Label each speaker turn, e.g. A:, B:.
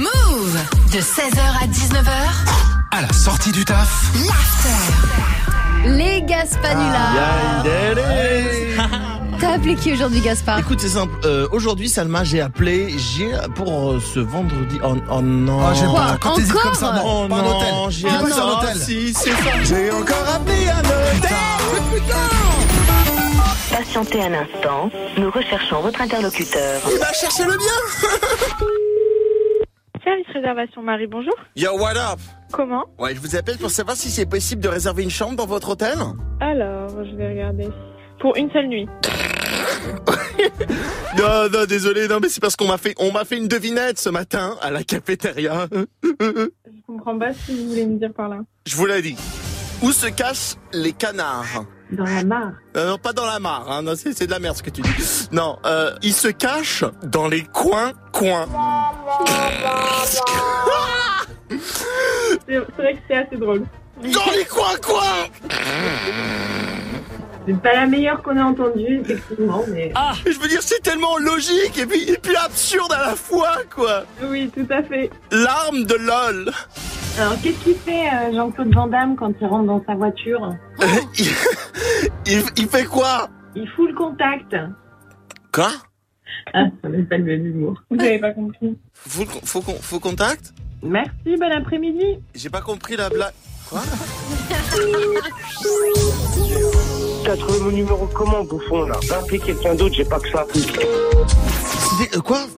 A: Move de 16h à 19h.
B: À la sortie du taf,
C: Les Gaspanula. T'as appelé qui aujourd'hui, Gaspard
D: Écoute, c'est simple. Euh, Aujourd'hui, Salma, j'ai appelé. J'ai pour euh, ce vendredi. Oh, oh non.
B: Ah, j'aime
C: Quoi,
B: pas quand t'es dit
C: encore
B: comme ça, non,
D: Oh
B: pas un
D: non,
B: hôtel.
D: j'ai-
B: J'ai pas
D: Ah
B: sur
D: non,
B: l'hôtel.
D: Si, c'est ça.
B: J'ai encore appelé un hôtel.
E: Patientez un instant, nous recherchons votre interlocuteur.
B: Il va chercher le bien.
F: Service réservation Marie, bonjour.
D: Yo, what up
F: Comment
D: Ouais, je vous appelle pour savoir si c'est possible de réserver une chambre dans votre hôtel.
F: Alors, je vais regarder. Pour une seule nuit.
D: Non, non, désolé, non, mais c'est parce qu'on m'a fait, on m'a fait une devinette ce matin à la cafétéria.
F: Je comprends pas ce que vous voulez me dire par là.
D: Je vous l'ai dit. Où se cachent les canards
F: Dans la mare.
D: Euh, non, pas dans la mare, hein, non, c'est c'est de la merde ce que tu dis. Non, euh, ils se cachent dans les coins, coins.
F: C'est c'est vrai que c'est assez drôle.
D: Dans les coins, coins
F: C'est pas la meilleure qu'on ait entendue, effectivement, mais...
D: Je veux dire, c'est tellement logique et puis, et puis absurde à la fois, quoi.
F: Oui, tout à fait.
D: L'arme de LOL.
F: Alors, qu'est-ce qu'il fait euh, Jean-Claude Van Damme quand il rentre dans sa voiture
D: il, il- il fait quoi
F: Il fout le contact.
D: Quoi
F: Ah, ça n'est pas le même humour. Vous avez pas compris.
D: faut, faut, qu'on- faut contact
F: Merci, bon après-midi.
D: J'ai pas compris la blague. Quoi
G: T'as trouvé mon numéro comment, bouffon, là Va appeler quelqu'un d'autre, j'ai pas que ça.
D: euh, Quoi